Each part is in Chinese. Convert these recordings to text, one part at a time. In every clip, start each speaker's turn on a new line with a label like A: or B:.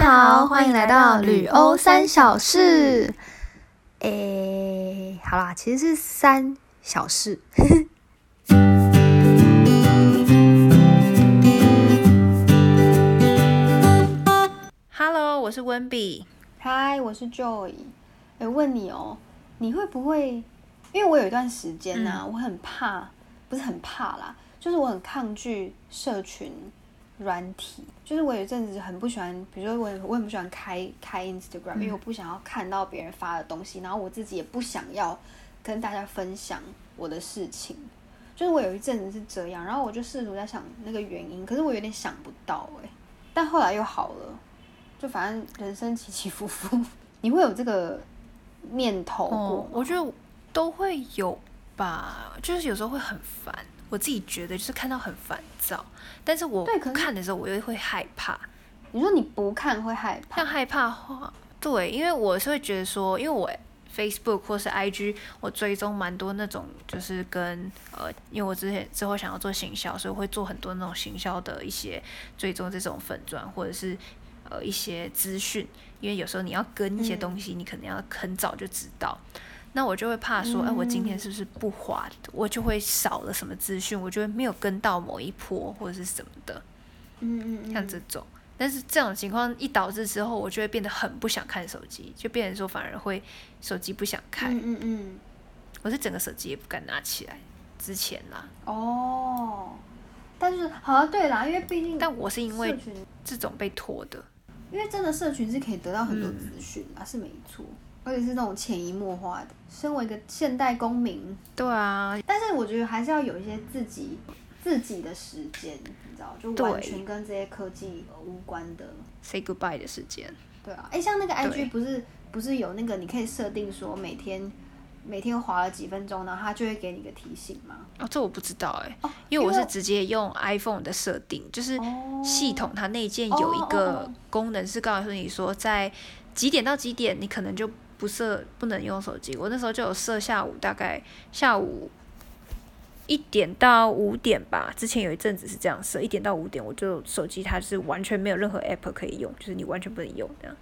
A: 好，欢迎来到旅欧三小事。诶，好啦，其实是三小事。
B: Hello，我是温比。
A: 嗨，我是 Joy。哎，问你哦，你会不会？因为我有一段时间呢、我很怕，不是很怕啦，就是我很抗拒社群软体。就是我有一阵子很不喜欢，比如说我很我很不喜欢开开 Instagram，、因为我不想要看到别人发的东西，然后我自己也不想要跟大家分享我的事情。就是我有一阵子是这样，然后我就试图在想那个原因，可是我有点想不到哎、但后来又好了，就反正人生起起伏伏，你会有这个念头过
B: 哦
A: 吗，
B: 我觉得都会有吧，就是有时候会很烦。我自己觉得就是看到很烦躁，但是我
A: 对可是
B: 看的时候我又会害怕。
A: 你说你不看会害怕
B: 像，害怕的话，对，因为我是会觉得说，因为我 Facebook 或是 IG，我追踪蛮多那种，就是跟呃，因为我之前之后想要做行销，所以我会做很多那种行销的一些追踪这种粉钻或者是呃一些资讯，因为有时候你要跟一些
A: 嗯
B: 东西，你可能要很早就知道。那我就会怕说，哎、我今
A: 嗯
B: 天是不是不滑？我就会少了什么资讯，我就会没有跟到某一波或者是什么的。
A: 嗯嗯嗯，
B: 像这种。但是这种情况一导致之后，我就会变得很不想看手机，就变成说反而会手机不想看，
A: 嗯嗯嗯，
B: 我是整个手机也不敢拿起来。之前啦，
A: 哦，但是好像对啦，因为毕竟
B: 但我是因
A: 社
B: 为
A: 群，
B: 这种被拖的，
A: 因为真的社群是可以得到很
B: 嗯
A: 多资讯啊，是没错，而且是那种潜移默化的。身为一个现代公民，
B: 对啊，
A: 但是我觉得还是要有一些自己自己的时间，你知道，就完
B: 对
A: 全跟这些科技呃无关的。
B: say goodbye 的时间，
A: 对啊，哎，像那个
B: 对
A: IG 不是不是有那个你可以设定说每天每天划了几分钟，然后它就会给你个提醒吗？
B: 哦，这我不知道哎、
A: 哦
B: 因为我
A: 因为
B: 是直接用 iPhone 的设定，就是
A: 哦
B: 系统它内建有一
A: 哦哦
B: 个
A: 哦
B: 功能是告诉你说，在几点到几点你可能就不设不能用手机。我那时候就有设下午大概下午一点到五点吧，之前有一阵子是这样设，一点到五点我就手机它是完全没有任何 app 可以用，就是你完全不能用这样，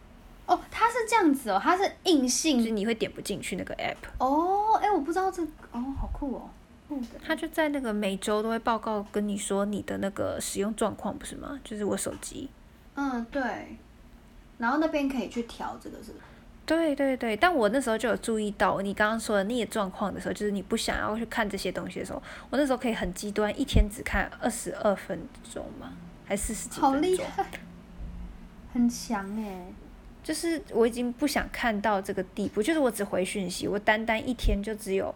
A: 哦，它是这样子哦，它是硬
B: 就是
A: 性
B: 你会点不进去那个 app。
A: 哦。哎，我不知道这个哦，好酷哦。嗯，对
B: 它就在那个每周都会报告跟你说你的那个使用状况，不是吗？就是我手机。
A: 嗯对，然后那边可以去调这个是不是
B: 对对对，但我那时候就有注意到你刚刚说的那些状况的时候，就是你不想要去看这些东西的时候，我那时候可以很极端，一天只看二十二分钟嘛，还四十几
A: 好
B: 分
A: 厉
B: 钟，
A: 害，很强哎。
B: 就是我已经不想看到这个地步，就是我只回讯息，我单单一天就只有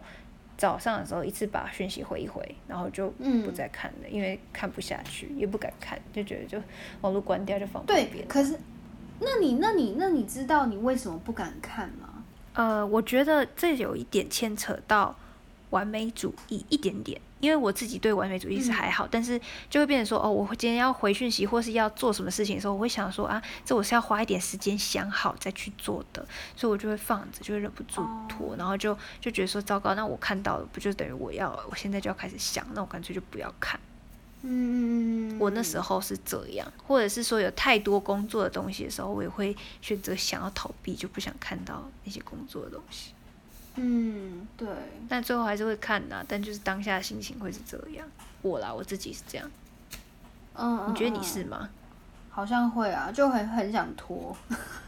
B: 早上的时候一次把讯息回一回，然后就
A: 嗯
B: 不再看了，因为看不下去，也不敢看，就觉得就网络关掉就放旁
A: 对，
B: 边。
A: 可是那你那你那你知道你为什么不敢看吗？
B: 呃，我觉得这有一点牵扯到完美主义一点点，因为我自己对完美主义是还好，但是就会变成说，哦，我今天要回讯息或是要做什么事情的时候，我会想说啊，这我是要花一点时间想好再去做的，所以我就会放着，就会忍不住拖，然后就就觉得说，糟糕，那我看到了，不就等于我要我现在就要开始想，那我干脆就不要看。
A: 嗯，
B: 我那时
A: 候
B: 候是这样，或者是说有太多工作的东西的时候，我也会选择想要逃避，就不想看到那些工作的东西。
A: 嗯对，
B: 但最后还是会看呐、但就是当下心情会是这样。我啦，我自己是这样。
A: 嗯，
B: 你觉得你
A: 嗯
B: 是？吗？
A: 好像会啊，就很很想拖，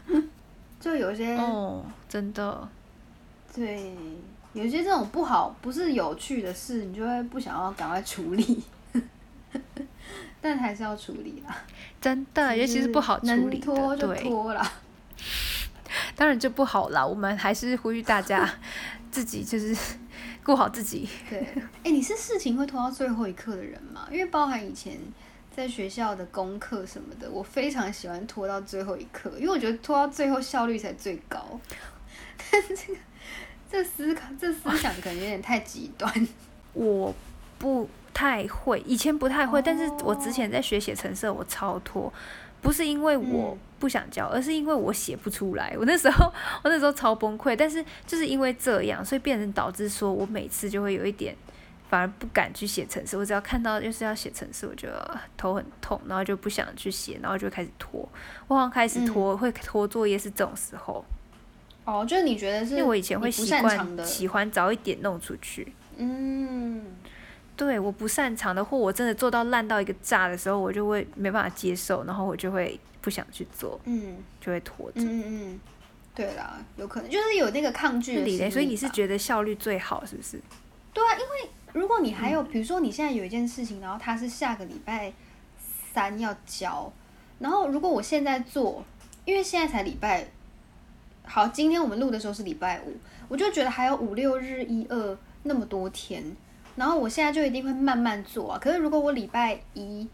A: 就有一些、
B: 哦，真的，
A: 对，有一些这种不好不是有趣的事，你就会不想要赶快处理， 但还是要处理啦。
B: 真的，啊尤其是不好处
A: 能
B: 理
A: 拖
B: 的，
A: 就
B: 对，
A: 拖啦。
B: 当然就不好啦。我们还是呼吁大家 自己就是顾好自己。
A: 对，哎、你是事情会拖到最后一刻的人吗？因为包含以前在学校的功课什么的，我非常喜欢拖到最后一刻，因为我觉得拖到最后效率才最高。 但是这个这思考这思想可能有点太极端。
B: 我不太会，以前不太会，但是我
A: 哦
B: 之前在学写程式，我超拖，不是因为我
A: 嗯
B: 不想教，而是因为我写不出来。我那时候， 我那时候超崩溃，但是就是因为这样，所以变成导致说我每次就会有一点反而不敢去写程式。我只要看到就是要写程式，我就头很痛，然后就不想去写，然后就开始拖。我好像开始
A: 嗯
B: 拖，会拖作业是这种时候，
A: 哦，就是你觉得是
B: 因为我以前会
A: 你不
B: 习
A: 擅长
B: 惯
A: 的，
B: 喜欢早一点弄出去。
A: 嗯，
B: 对我不擅长的，或我真的做到烂到一个炸的时候，我就会没办法接受，然后我就会不想去做，
A: 嗯
B: 就会拖
A: 嗯
B: 着。
A: 嗯嗯，对啦，有可能就是有那个抗拒
B: 是
A: 的
B: 你嘞，
A: 心
B: 所以
A: 理
B: 你是
A: 吧
B: 觉得效率最好，是不是？
A: 对啊，因为如果你还有，比如说你现在有一件事情，然后它是下个礼拜三要交，然后如果我现在做，因为现在才礼拜，好，今天我们录的时候是礼拜五，我就觉得还有五六日一二那么多天，然后我现在就一定会慢慢做啊。可是如果我礼拜一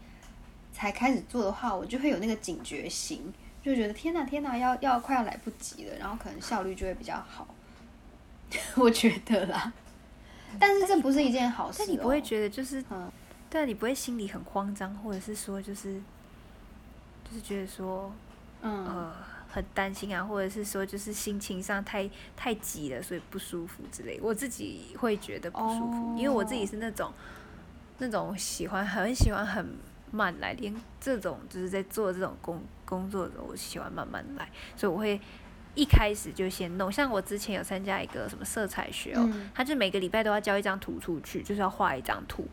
A: 才开始做的话，我就会有那个警觉心，就觉得天哪天哪，要要快要来不及了，然后可能效率就会比较好，我觉得啦。但是这不是一件好事、哦，
B: 但你不会觉得就是，
A: 嗯
B: 对啊，你不会心里很慌张，或者是说就是，就是觉得说
A: 嗯，
B: 呃很担心啊，或者是说就是心情上太太急了，所以不舒服之类。我自己会觉得不舒服，因为我自己
A: 哦
B: 是那种那种喜欢很喜欢很慢来，连这种就是在做这种工工作的时候，我喜欢慢慢来，所以我会。一开始就先弄，像我之前有参加一个什么色彩学哦，
A: 嗯
B: 他就每个礼拜都要交一张图出去，就是要画一张图。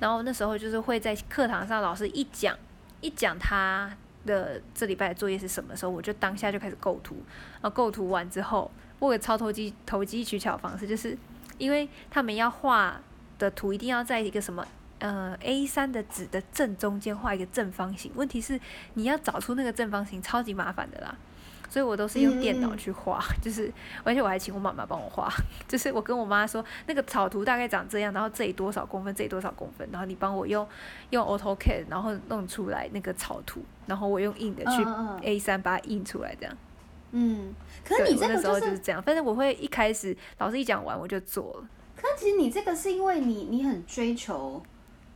B: 然后那时候就是会在课堂上，老师一讲一讲他的这礼拜的作业是什么的时候，我就当下就开始构图。然后构图完之后，我有个超投机投机取巧的方式，就是因为他们要画的图一定要在一个什么。呃，A 三的纸的正中间画一个正方形，问题是你要找出那个正方形超级麻烦的啦，所以我都是用电
A: 嗯嗯
B: 脑
A: 嗯
B: 去画，就是而且我还请我妈妈帮我画， 就是我跟我妈说那个草图大概长这样，然后这里多少公分，这里多少公分，然后你帮我用用 AutoCAD，然后弄出来那个草图，然后我用印的去
A: 嗯嗯嗯
B: A 三把它印出来，这样。
A: 嗯，可
B: 对，
A: 是你
B: 我
A: 这
B: 那
A: 个
B: 时候
A: 就是
B: 是这样，反正我会一开始老师一讲完我就做了，
A: 可是其实你这个是因为你你很追求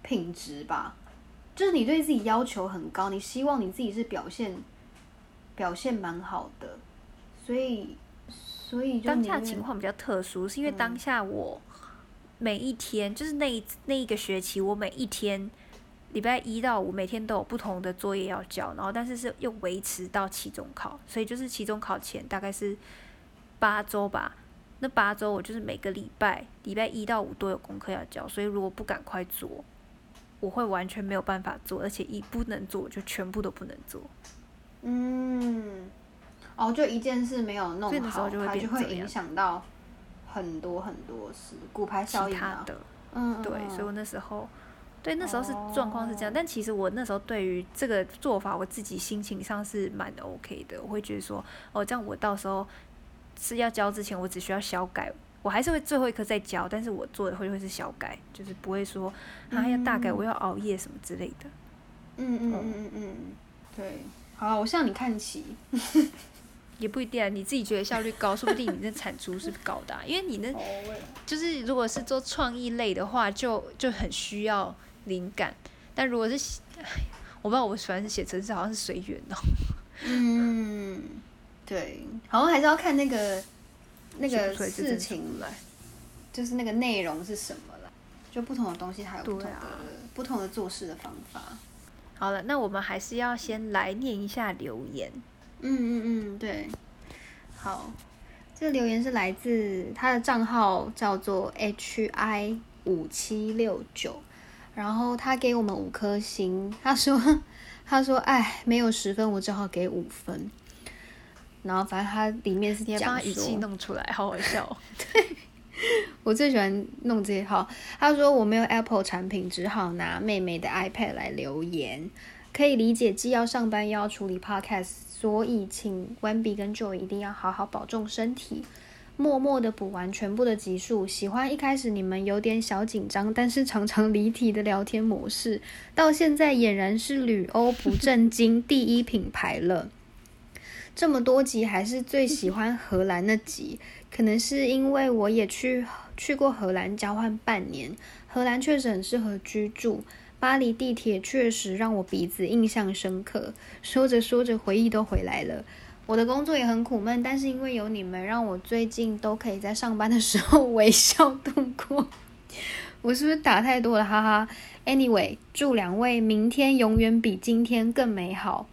A: 品质吧，就是你对自己要求很高，你希望你自己是表现表现蛮好的，所以所以就
B: 当
A: 宁
B: 下
A: 愿
B: 情况比较特殊，是因为当下我每一天、就是那一那一个学期，我每一天礼拜一到五每天都有不同的作业要交，然后但是是又维持到期中考，所以就是期中考前大概是八周吧。那八周我就是每个礼拜礼拜一到五都有功课要交，所以如果不赶快做，我会完全没有办法做，而且一不能做我就全部都不能做。
A: 嗯，哦，就一件事没有弄
B: 所以那时候
A: 好，
B: 就会
A: 它
B: 变
A: 就
B: 成
A: 会
B: 这
A: 影
B: 样
A: 响到很多很多事，骨牌
B: 其
A: 效应
B: 他
A: 啊，
B: 的，
A: 嗯，嗯
B: 对，所以我
A: 嗯
B: 那时候，对那时候是状况是这样，但其实我那时候对于这个做法，我自己心情上是蛮 OK 的，我会觉得说，哦，这样我到时候是要交之前，我只需要小改，我还是会最后一刻再交，但是我做的会会是小改，就是不会说啊要大改，我要熬夜什么之类的。
A: 嗯嗯嗯嗯嗯，对，好，我向你看齐，
B: 也不一定啊，你自己觉得效率高，说不定你那产出是高的啊、因为你那就是如果是做创意类的话，就就很需要灵感。但如果是写，唉我不知道我喜欢写程式，好像是随缘哦。
A: 嗯，对，好像还是要看那个那
B: 写
A: 个
B: 不出来就
A: 事
B: 真写
A: 情
B: 不出来，
A: 就是那个内容是什么啦，就不同的东西还有不同的、
B: 对啊
A: 不同的做事的方法。
B: 好了，那我们还是要先来念一下留言。
A: 嗯嗯嗯，对，好，这个留言是来自他的账号叫做 H I 五七六九，然后他给我们五颗星，他说 他说哎没有十分，我只好给五分。然后反正他里面是
B: 你还帮
A: 讲
B: 他语气
A: 说，
B: 弄出来，好好 笑、哦。
A: 我最喜欢弄这些号。他说我没有 Apple 产品，只好拿妹妹的 iPad 来留言。可以理解，既要上班又要处理 Podcast，所以请 Wendy 跟 Joy 一定要好好保重身体。默默的补完全部的集数，喜欢一开始你们有点小紧张，但是常常离题的聊天模式，到现在俨然是旅欧不正经第一品牌了。这么多集，还是最喜欢荷兰那集，可能是因为我也去去过荷兰交换半年，荷兰确实很适合居住。巴黎地铁确实让我鼻子印象深刻，说着说着回忆都回来了。我的工作也很苦闷，但是因为 有你们，让我最近都可以在上班的时候微笑度过。我是不是打太多了？哈哈。Anyway，祝两位明天永远比今天更美好。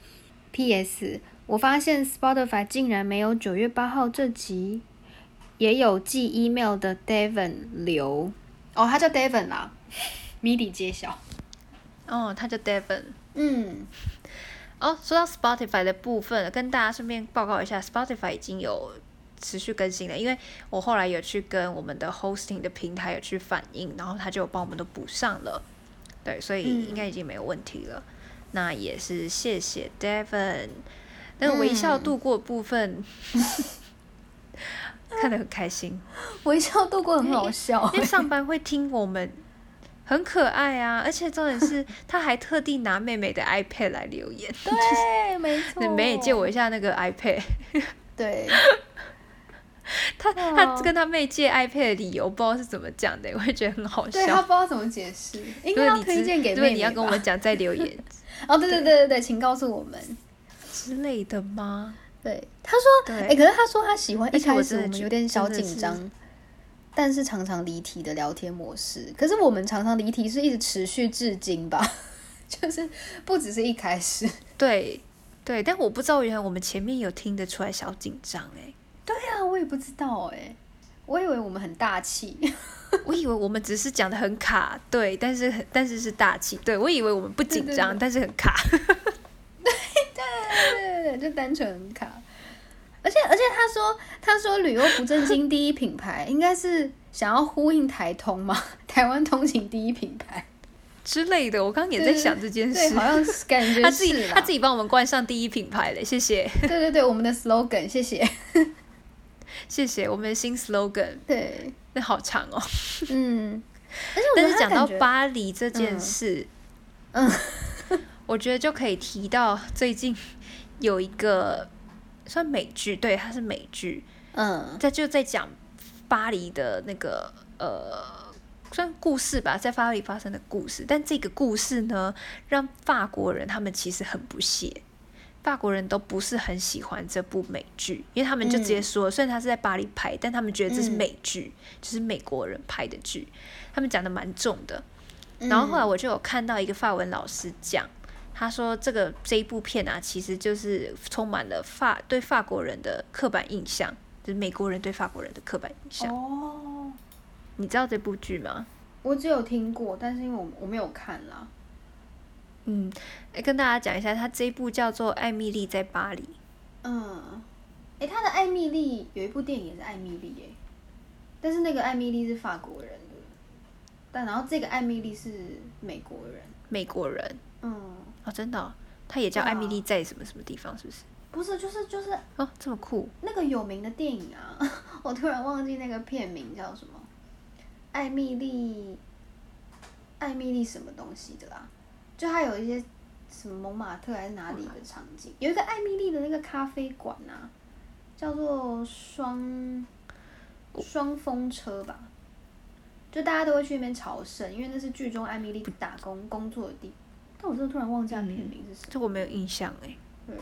A: P.S. 我发现 Spotify 竟然没有九月八号这集，也有寄 email 的 Devon 刘哦，他叫 Devon 啦， 谜底揭晓。
B: 哦，他叫 Devon。
A: 嗯，
B: 哦，说到 Spotify 的部分，跟大家顺便报告一下，Spotify 已经有持续更新了，因为我后来有去跟我们的 hosting 的平台有去反映，然后他就有帮我们都补上了，对，所以
A: 嗯
B: 应该已经没有问题了。那也是谢谢 Devon，那个微笑度过的部分，看得很开心，
A: 微笑度过很好笑
B: 因为上班会听我们。很可爱啊，而且重点是，他还特地拿妹妹的 iPad 来留言。
A: 对，没错
B: 那妹也借
A: 哦
B: 我一下那个 iPad，
A: 对，
B: 他
A: 哦
B: 他跟他妹借 iPad 的理由不知道是怎么讲的，我也觉得很好
A: 对他
B: 笑
A: 不。知道怎么解释，应
B: 如
A: 该
B: 果
A: 要
B: 你
A: 推
B: 知
A: 荐给
B: 如果
A: 妹妹
B: 你要跟我
A: 吧
B: 们讲，再 留言
A: 哦，对对对对对，请告诉我们。
B: 之类的吗？
A: 对，他说，
B: 对
A: 哎、可是他说他喜欢一
B: 而且我
A: 开始
B: 真的
A: 我们
B: 觉
A: 有点小
B: 真的
A: 紧
B: 是
A: 张，但是常常离题的聊天模式。可是我们常常离题是一直持续至今吧， 就是不只是一开始。
B: 对对，但我不知道原来我们前面有听得出来小紧张 哎，
A: 对啊，我也不知道哎、我以为我们很大气，
B: 我以为我们只是讲的很卡，对，但是很但是是大气，对我以为我们不紧
A: 对
B: 张，
A: 对
B: 但是很卡，
A: 对，就单纯很卡。而且而且他说他说旅游不正经第一品牌应该是想要呼应台通嘛， 台湾通勤第一品牌。
B: 之类的。我刚刚也
A: 对
B: 在
A: 对
B: 想这件
A: 对，
B: 事
A: 好，像是感觉
B: 他自己
A: 是啦
B: 他自己帮我们冠上第一品牌了，谢谢
A: 对对对，我们的 slogan，谢谢。
B: 谢谢，我们的新 slogan，
A: 对，
B: 那好长哦。
A: 嗯，而且我
B: 但
A: 觉得
B: 是
A: 他
B: 讲
A: 感
B: 到
A: 觉，
B: 巴黎这件事，
A: 嗯，
B: 我觉得就可以提到最近有一个算美剧，对，它是美剧，
A: 嗯
B: 在就在讲巴黎的那个呃。算故事吧，在巴黎发生的故事，但这个故事呢，让法国人他们其实很不屑，法国人都不是很喜欢这部美剧，因为他们就直接说，虽然他是在巴黎拍，但他们觉得这是
A: 嗯
B: 美剧，就是美国人拍的剧，他们讲的蛮重的。
A: 嗯，
B: 然后后来我就有看到一个法文老师讲，他说这个这一部片啊，其实就是充满了法对法国人的刻板印象，就是美国人对法国人的刻板印象。
A: 哦，
B: 你知道这部剧吗？
A: 我只有听过，但是因为我我没有看啦。
B: 嗯，诶跟大家讲一下，他这一部叫做《艾米丽在巴黎》，
A: 嗯，诶，他的艾米丽有一部电影也是艾米丽诶，但是那个艾米丽是法国人的，但然后这个艾米丽是美国人。
B: 美国人
A: 嗯，
B: 哦，真的哦、他也叫
A: 对啊
B: 艾米丽在什么什么地方，是不是？
A: 不是，就是就是
B: 哦，这么酷，
A: 那个有名的电影啊， 我突然忘记那个片名叫什么，艾米丽，艾米丽什么东西的啦？就它有一些什么蒙马特还是哪里的场景，有一个艾米丽的那个咖啡馆啊，叫做双双风车吧，就大家都会去那边朝圣，因为那是剧中艾米丽打工工作的地。但我真的突然忘记它片名是什么。
B: 这我没有印象哎，
A: 对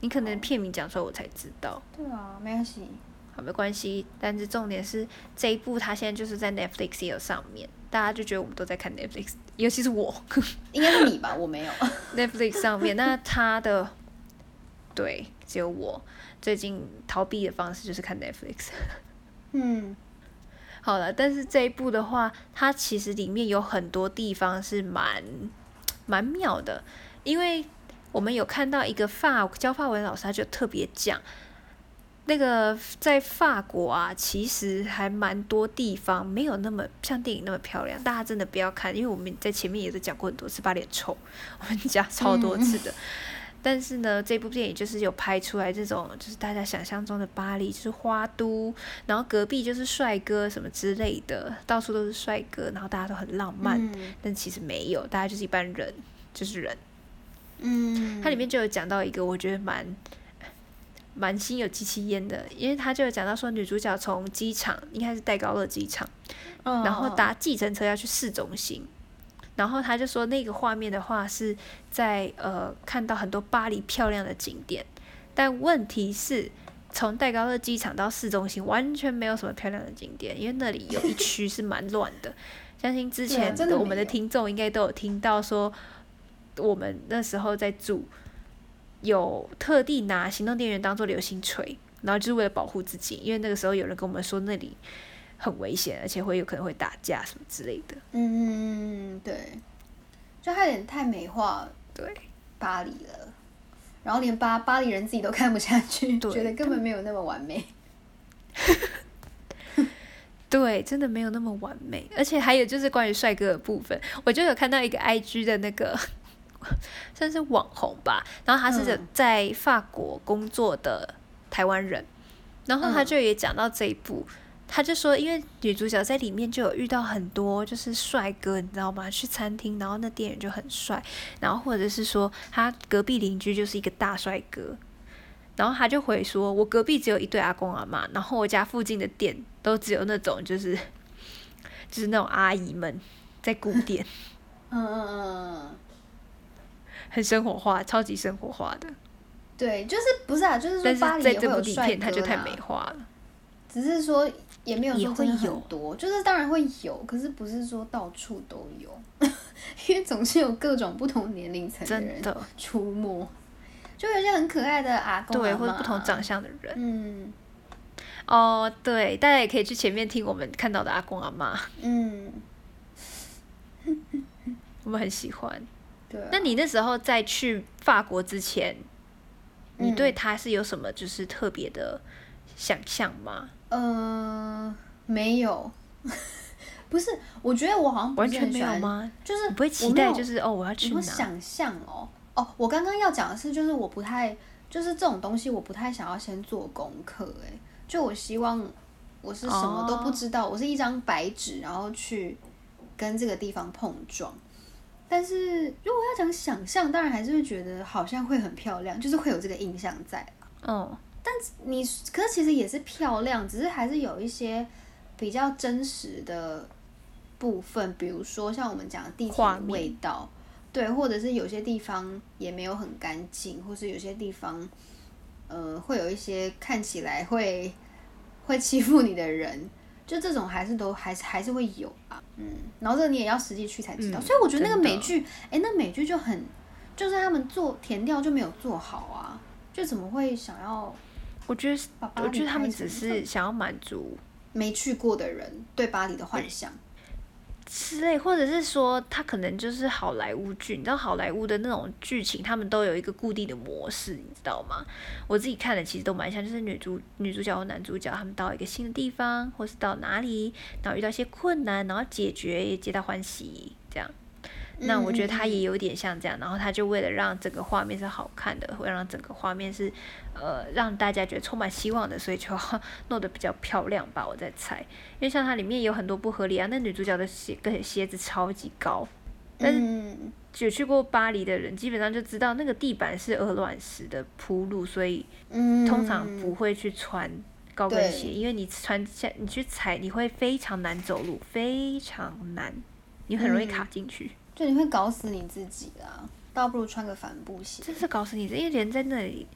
B: 你可
A: 哦
B: 能片名讲出来我才知道。
A: 对啊，没关系。
B: 好，没关系。但是重点是这一部，它现在就是在 Netflix 也有上面，大家就觉得我们都在看 Netflix，尤其是我
A: 应该是你吧，我没有。
B: Netflix 上面。那它的对，只有我最近逃避的方式就是看 Netflix。
A: 嗯，
B: 好了，但是这一部的话，它其实里面有很多地方是蛮蛮妙的，因为我们有看到一个法教法文老师，他就特别讲，那个在法国啊，其实还蛮多地方没有那么像电影那么漂亮，大家真的不要看，因为我们在前面也都讲过很多次，把脸臭，我们讲超多次的。但是呢，这部电影就是有拍出来这种，就是大家想象中的巴黎，就是花都，然后隔壁就是帅哥什么之类的，到处都是帅哥，然后大家都很浪漫，
A: 嗯
B: 但其实没有，大家就是一般人，就是人。
A: 嗯，
B: 它里面就有讲到一个我觉得蛮蛮心有戚戚焉的，因为他就有讲到说女主角从机场应该是戴高乐机场，
A: 嗯，
B: 然后搭计程车要去市中心，然后他就说那个画面的话是在呃看到很多巴黎漂亮的景点，但问题是。从戴高 乐机场到市中心完全没有什么漂亮的景点，因为那里有一区是蛮乱的，相信之
A: 对啊
B: 前
A: 真的
B: 我
A: 没
B: 们的
A: 有
B: 听众应该都有听到说，我们那时候在住，有特地拿行动电源当做流星锤，然后就是为了保护自己，因为那个时候有人跟我们说那里很危险，而且会有可能会打架什么之类的。
A: 嗯，对，就他有点太美化
B: 对，
A: 巴黎了，然后连巴巴黎人自己都看不下去，
B: 对
A: 觉得根本没有那么完美。
B: 对，真的没有那么完美。而且还有就是关于帅哥的部分，我就有看到一个 IG 的那个 算是网红吧，然后他是
A: 嗯
B: 在法国工作的台湾人，然后他
A: 嗯
B: 就也讲到这一部。他就说，因为女主角在里面就有遇到很多就是帅哥，你知道吗？去餐厅，然后那店员就很帅，然后或者是说他隔壁邻居就是一个大帅哥，然后他就回说，我隔壁只有一对阿公阿妈，然后我家附近的店都只有那种就是 就是那种阿姨们在顾店，
A: 嗯嗯嗯嗯，
B: 很生活化，超级生活化的。
A: 对，就是不是啊，就是说
B: 但是
A: 巴黎
B: 在
A: 也会
B: 这部
A: 有
B: 影
A: 帅
B: 片，
A: 哥
B: 它就太
A: 啦
B: 美化了。
A: 只是说也没有
B: 也
A: 说真的
B: 会有
A: 很多，就是当然会有，可是不是说到处都有， 因为总是有各种不同年龄层的
B: 真
A: 人
B: 的，
A: 出没，就有一些很可爱的阿公
B: 对，
A: 阿
B: 或者
A: 嬷
B: 不同长，相的人。
A: 嗯
B: 哦，对，大家也可以去前面听我们看到的阿公阿妈，
A: 嗯，
B: 我们很喜欢。
A: 对啊、
B: 那你那时候在去法国之前，你对
A: 嗯
B: 他是有什么就是特别的想象吗？
A: 呃没有， 不是，我觉得我好像哦不
B: 完
A: 是
B: 全
A: 很
B: 没
A: 喜
B: 有
A: 欢，
B: 吗？
A: 就是
B: 你不会期
A: 我没
B: 待
A: 有
B: 就是哦，我要去
A: 你会
B: 哪？
A: 想象哦？哦，我刚刚要讲的是，就是我不太，就是这种东西，我不太想要先做功课，哎，就我希望我是什么
B: 哦
A: 都不知道，我是一张白纸，然后去跟这个地方碰撞。但是如果要讲想象，当然还是会觉得好像会很漂亮，就是会有这个印象在。
B: 嗯，
A: 你可是其实也是漂亮，只是还是有一些比较真实的部分，比如说像我们讲的地铁
B: 画
A: 的
B: 面
A: 味道，对，或者是有些地方也没有很干净，或是有些地方，呃，会有一些看起来会会欺负你的人，就这种还是都还是还是会有吧，嗯，然后这个你也要实际去才知道，
B: 嗯
A: 所以我觉得那个
B: 真的
A: 美剧，哎，那美剧就很，就是他们做填调就没有做好啊，就怎么会想要。
B: 我觉得是，
A: 把巴
B: 我
A: 黎
B: 觉得他们
A: 拍成
B: 只
A: 这
B: 是想要满足
A: 没去过的人对巴黎的幻想。
B: 之类，或者是说他可能就是好莱坞剧，你知道好莱坞的那种剧情，他们都有一个固定的模式，你知道吗？我自己看的其实都蛮像，就是女主女主角或男主角他们到一个新的地方，或是到哪里，然后遇到一些困难，然后解决，也皆大欢喜这样。那我觉
A: 嗯
B: 得他也有点像这样，然后他就为了让整个画面是好看的，会让整个画面是，呃，让大家觉得充满希望的，所以就 弄得比较漂亮吧，我在猜。因为像它里面有很多不合理啊，那女主角的鞋跟鞋子超级高，但是
A: 嗯，
B: 有去过巴黎的人基本上就知道那个地板是鹅卵石的铺路，所以
A: 嗯
B: 通常不会去穿高跟鞋，
A: 对
B: 因为你穿下你去踩你会非常难走路，非常难，你很
A: 嗯
B: 容易卡进去。
A: 就你会搞死你自己啦，倒不如穿个帆布鞋。
B: 真是搞死你！因为人在那里，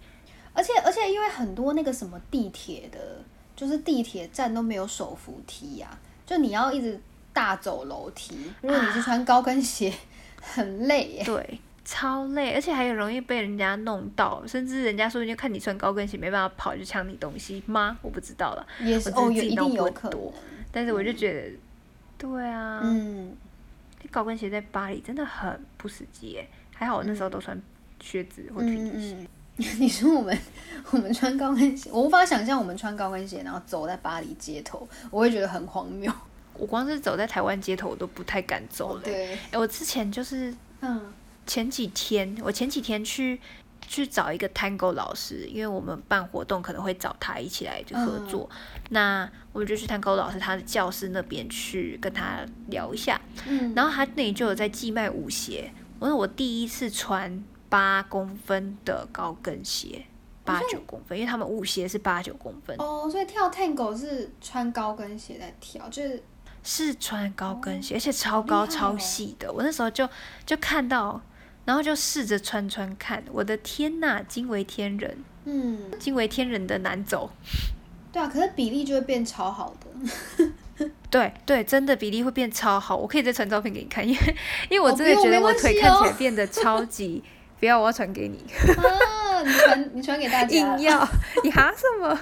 A: 而且而且，因为很多那个什么地铁的，就是地铁站都没有手扶梯呀、就你要一直大走楼梯。如果你是穿高跟鞋， 很累耶。
B: 对，超累，而且还有容易被人家弄到，甚至人家说不定就看你穿高跟鞋没办法跑，就抢你东西吗？我不知道了，
A: 也是哦，
B: 我
A: 有
B: 只是自己
A: 一定
B: 脑补
A: 有
B: 很
A: 可能
B: 多。但是我就觉得，对啊，
A: 嗯，
B: 高跟鞋在巴黎真的很不实际耶。还好我那时候都穿靴子或
A: 嗯
B: 平底鞋，
A: 嗯， 你说我们我们穿高跟鞋，我无法想象我们穿高跟鞋，然后走在巴黎街头，我会觉得很荒谬。
B: 我光是走在台湾街头我都不太敢走 嘞。
A: 哦对，
B: 哎，我之前就是
A: 嗯。
B: 前几天，我前几天去去找一个 Tango 老师，因为我们办活动可能会找他一起来就
A: 嗯
B: 合作。那我就去 Tango 老师他的教室那边去跟他聊一下，
A: 嗯，
B: 然后他那里就有在寄卖舞鞋，我说我第一次穿八公分的高跟
A: 哦
B: 鞋，八九公分，因为他们舞鞋是八九公分，
A: 哦，所以跳探狗是穿高跟鞋在跳，就是
B: 是穿高跟鞋，而且超高
A: 哦厉害
B: 超
A: 哦
B: 细的。我那时候就就看到，然后就试着穿穿看，我的天呐，惊为天人，
A: 嗯，
B: 惊为天人的难走。
A: 对啊，可是比例就会变超好的，
B: 对对，真的比例会变超好，我可以再传照片给你看，因为 因为我
A: 哦
B: 真
A: 不
B: 的
A: 用
B: 觉
A: 没
B: 得我
A: 关
B: 腿
A: 系
B: 看起来
A: 哦
B: 变得超 级，不要，我要传给你，
A: 啊，你传你传给大家
B: 硬。要 你哈什么？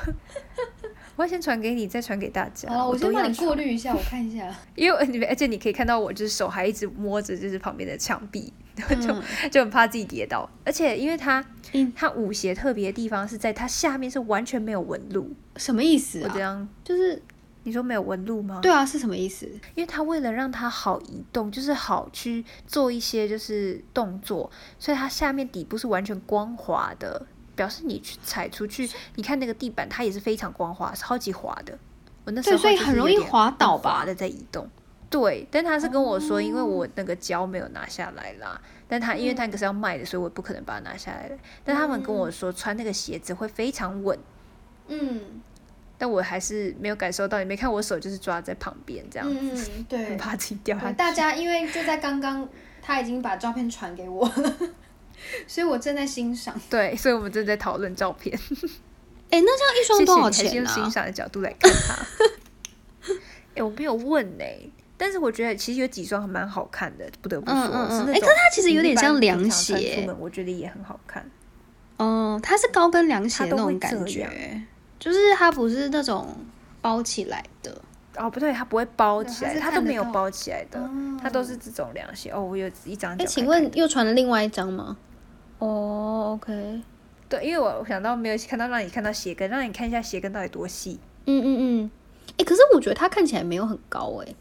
B: 我要先传给你，再传给大家。
A: 好了，我
B: 都
A: 先
B: 要
A: 帮你
B: 传
A: 过滤一下，我看一下。
B: 因为 你而且你可以看到我就是手还一直摸着就是旁边的墙壁，
A: 嗯，
B: 就很怕自己跌倒。而且因为它
A: 嗯
B: 它舞鞋特别的地方是在它下面是完全没有纹路，
A: 什么意思
B: 我这
A: 啊？
B: 样
A: 就是
B: 你说没有纹路吗？
A: 对啊，是什么意思？
B: 因为它为了让它好移动，就是好去做一些就是动作，所以它下面底部是完全光滑的，表示你去踩出去，你看那个地板它也是非常光滑，超级滑的。我那时候
A: 对，所以
B: 就是
A: 很
B: 有
A: 容易
B: 点
A: 滑倒
B: 滑
A: 吧？哦
B: 的在移动。对，但他是跟我说，因为我那个胶没有拿下来啦，但他因为他那个是要卖的，所以我也不可能把它拿下来了。但他们跟我说，穿那个鞋子会非常稳，
A: 嗯
B: 但我还是没有感受到。你没看我手就是抓在旁边这样，
A: 嗯嗯，
B: 很
A: 对。
B: 怕自己掉下
A: 对
B: 去。
A: 大家因为就在刚刚，他已经把照片传给我了， 所以我正在欣赏。
B: 对，所以我们正在讨论照片。
A: 哎、那这样一
B: 谢
A: 双
B: 谢
A: 多
B: 你
A: 少
B: 还是
A: 钱
B: 用欣
A: 啊？
B: 赏的角度来看它。 哎、我没有问哎、但是我觉得其实有几双还蛮好看的，不得不说
A: 嗯嗯嗯
B: 哦是那
A: 哎
B: 种
A: 可它其实
B: 你
A: 有
B: 一
A: 点
B: 般
A: 像
B: 平
A: 凉
B: 常穿
A: 鞋
B: 出门我觉得也很好看。
A: 哦，它是高跟凉鞋
B: 它
A: 那
B: 都会
A: 种感
B: 这样
A: 觉，就是它不是那种包起来的。
B: 哦，不对，它不会包起
A: 对它
B: 来，
A: 是
B: 它
A: 看
B: 都
A: 得
B: 没有
A: 到
B: 包起来的，它都
A: 哦
B: 是这种凉鞋。哦，我有一张。
A: 哎、请问又传了另外一张吗？哦，OK，嗯
B: 对，因为我想到没有看到让你看到鞋跟，让你看一下鞋跟到底多细。
A: 嗯嗯。哎、可是我觉得它看起来没有很高哎、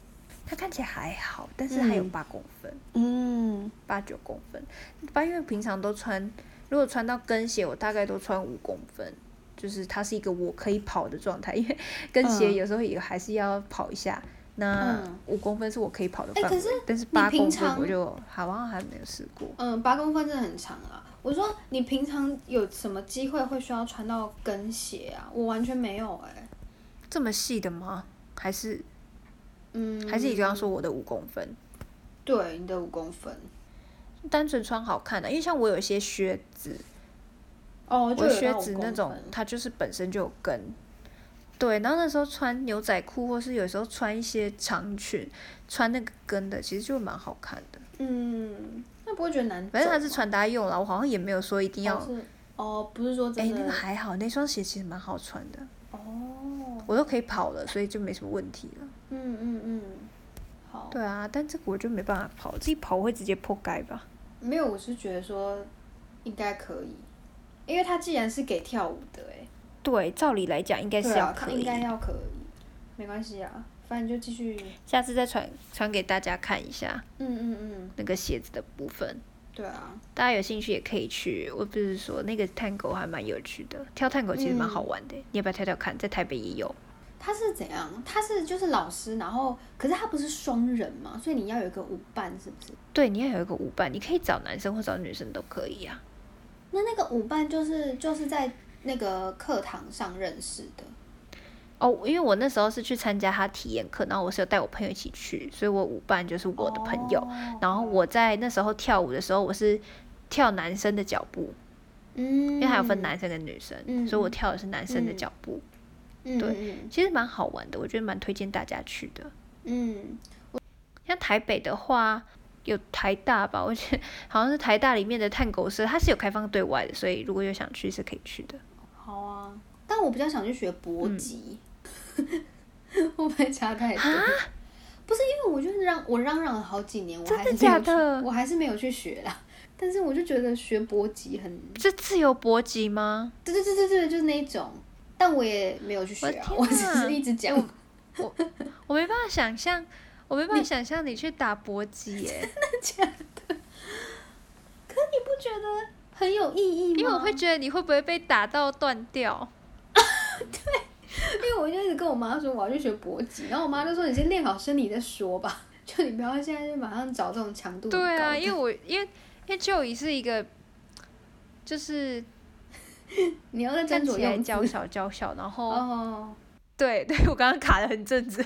B: 它看起来还好，但是还有
A: 嗯
B: 八公分，
A: 嗯，
B: 八九、公分。八因为平常都穿，如果穿到跟鞋，我大概都穿五公分，就是它是一个我可以跑的状态，因为跟鞋
A: 嗯
B: 有时候也还是要跑一下。那
A: 嗯
B: 五公分是我可以跑的
A: 哎
B: 范围，
A: 可是
B: 但是
A: 你
B: 八
A: 平
B: 公分
A: 常
B: 我就好像还没有试过。
A: 嗯，八公分真的很长啊。我说你平常有什么机会会需要穿到跟鞋啊？我完全没有哎、
B: 这么细的吗？还是
A: 嗯，
B: 还是你刚刚说我的五公分，
A: 对你的五公分
B: 单纯穿好看的、啊因为像我有一些靴子，
A: 哦，
B: 我
A: 就
B: 的
A: 有
B: 靴
A: 到五
B: 子
A: 公
B: 那种
A: 分
B: 它就是本身就有跟，对，然后那时候穿牛仔裤或是有时候穿一些长裙，穿那个跟的其实就蛮好看的，
A: 嗯，那不会觉得难走吗？
B: 反正它是穿搭用了，我好像也没有说一定要，
A: 哦是哦，不是说
B: 哎、
A: 真的
B: 那个还好，那双鞋其实蛮好穿的，
A: 哦，
B: 我都可以跑了，所以就没什么问题了。
A: 嗯嗯嗯，好，
B: 对啊，但这个我就没办法跑，自己跑我会直接破盖吧。
A: 没有，我是觉得说应该可以，因为它既然是给跳舞的哎、
B: 对，照理来讲应该
A: 对
B: 是
A: 啊
B: 要，
A: 它
B: 可以
A: 应
B: 的。
A: 该要可以，没关系啊，反正就继续，
B: 下次再传传给大家看一下
A: 嗯嗯嗯，
B: 那个鞋子的部分，
A: 对啊，
B: 大家有兴趣也可以去。我不是说那个探狗还蛮有趣的，跳探狗其实蛮好玩的，你要不要跳跳看？在台北也有。
A: 他是怎样？他是就是老师，然后可是他不是双人嘛，所以你要有一个舞伴，是不是？
B: 对，你要有一个舞伴，你可以找男生或找女生都可以啊。
A: 那那个舞伴就是就是在那个课堂上认识的。
B: 哦，因为我那时候是去参加他体验课，然后我是有带我朋友一起去，所以我舞伴就是我的朋友。
A: 哦
B: 然后我在那时候跳舞的时候，我是跳男生的脚步，
A: 嗯，
B: 因为还有分男生跟女生，
A: 嗯
B: 所以我跳的是男生的
A: 嗯
B: 脚步。
A: 嗯，
B: 对
A: 嗯
B: 其实蛮好玩的，我觉得蛮推荐大家去的。
A: 嗯，
B: 像台北的话，有台大吧，我觉得好像是台大里面的探狗社，它是有开放对外的，所以如果有想去是可以去的。
A: 好啊。但我比较想去学搏击，
B: 嗯
A: 会不会差太多？
B: 啊
A: 不是因为我就是嚷，我嚷嚷了好几年，我
B: 真
A: 还
B: 的
A: 是没
B: 假
A: 有去
B: 的
A: 我还是没有去学啦。但是我就觉得学搏击很，
B: 这自由搏击吗？
A: 对对对对对，就是那一种。但我也没有去学啊，
B: 我
A: 我
B: 的
A: 只
B: 天啊
A: 是一直讲。
B: 我没办法想象，我没办法想象你去打搏击耶、
A: 不觉得很有意义吗？
B: 因为我会觉得你会不会被打到断掉？
A: 因为我就一直跟我妈说我要去学搏击，然后我妈就说你先练好身体再说吧，就你不要现在就马上找这种强度很高的。
B: 对啊，因为我因为因为就已是一个就是
A: 你要再
B: 站
A: 斟酌
B: 起来
A: 用
B: 娇
A: 字。
B: 小娇小，然后
A: 哦，
B: 对 对，我刚刚卡了很阵子，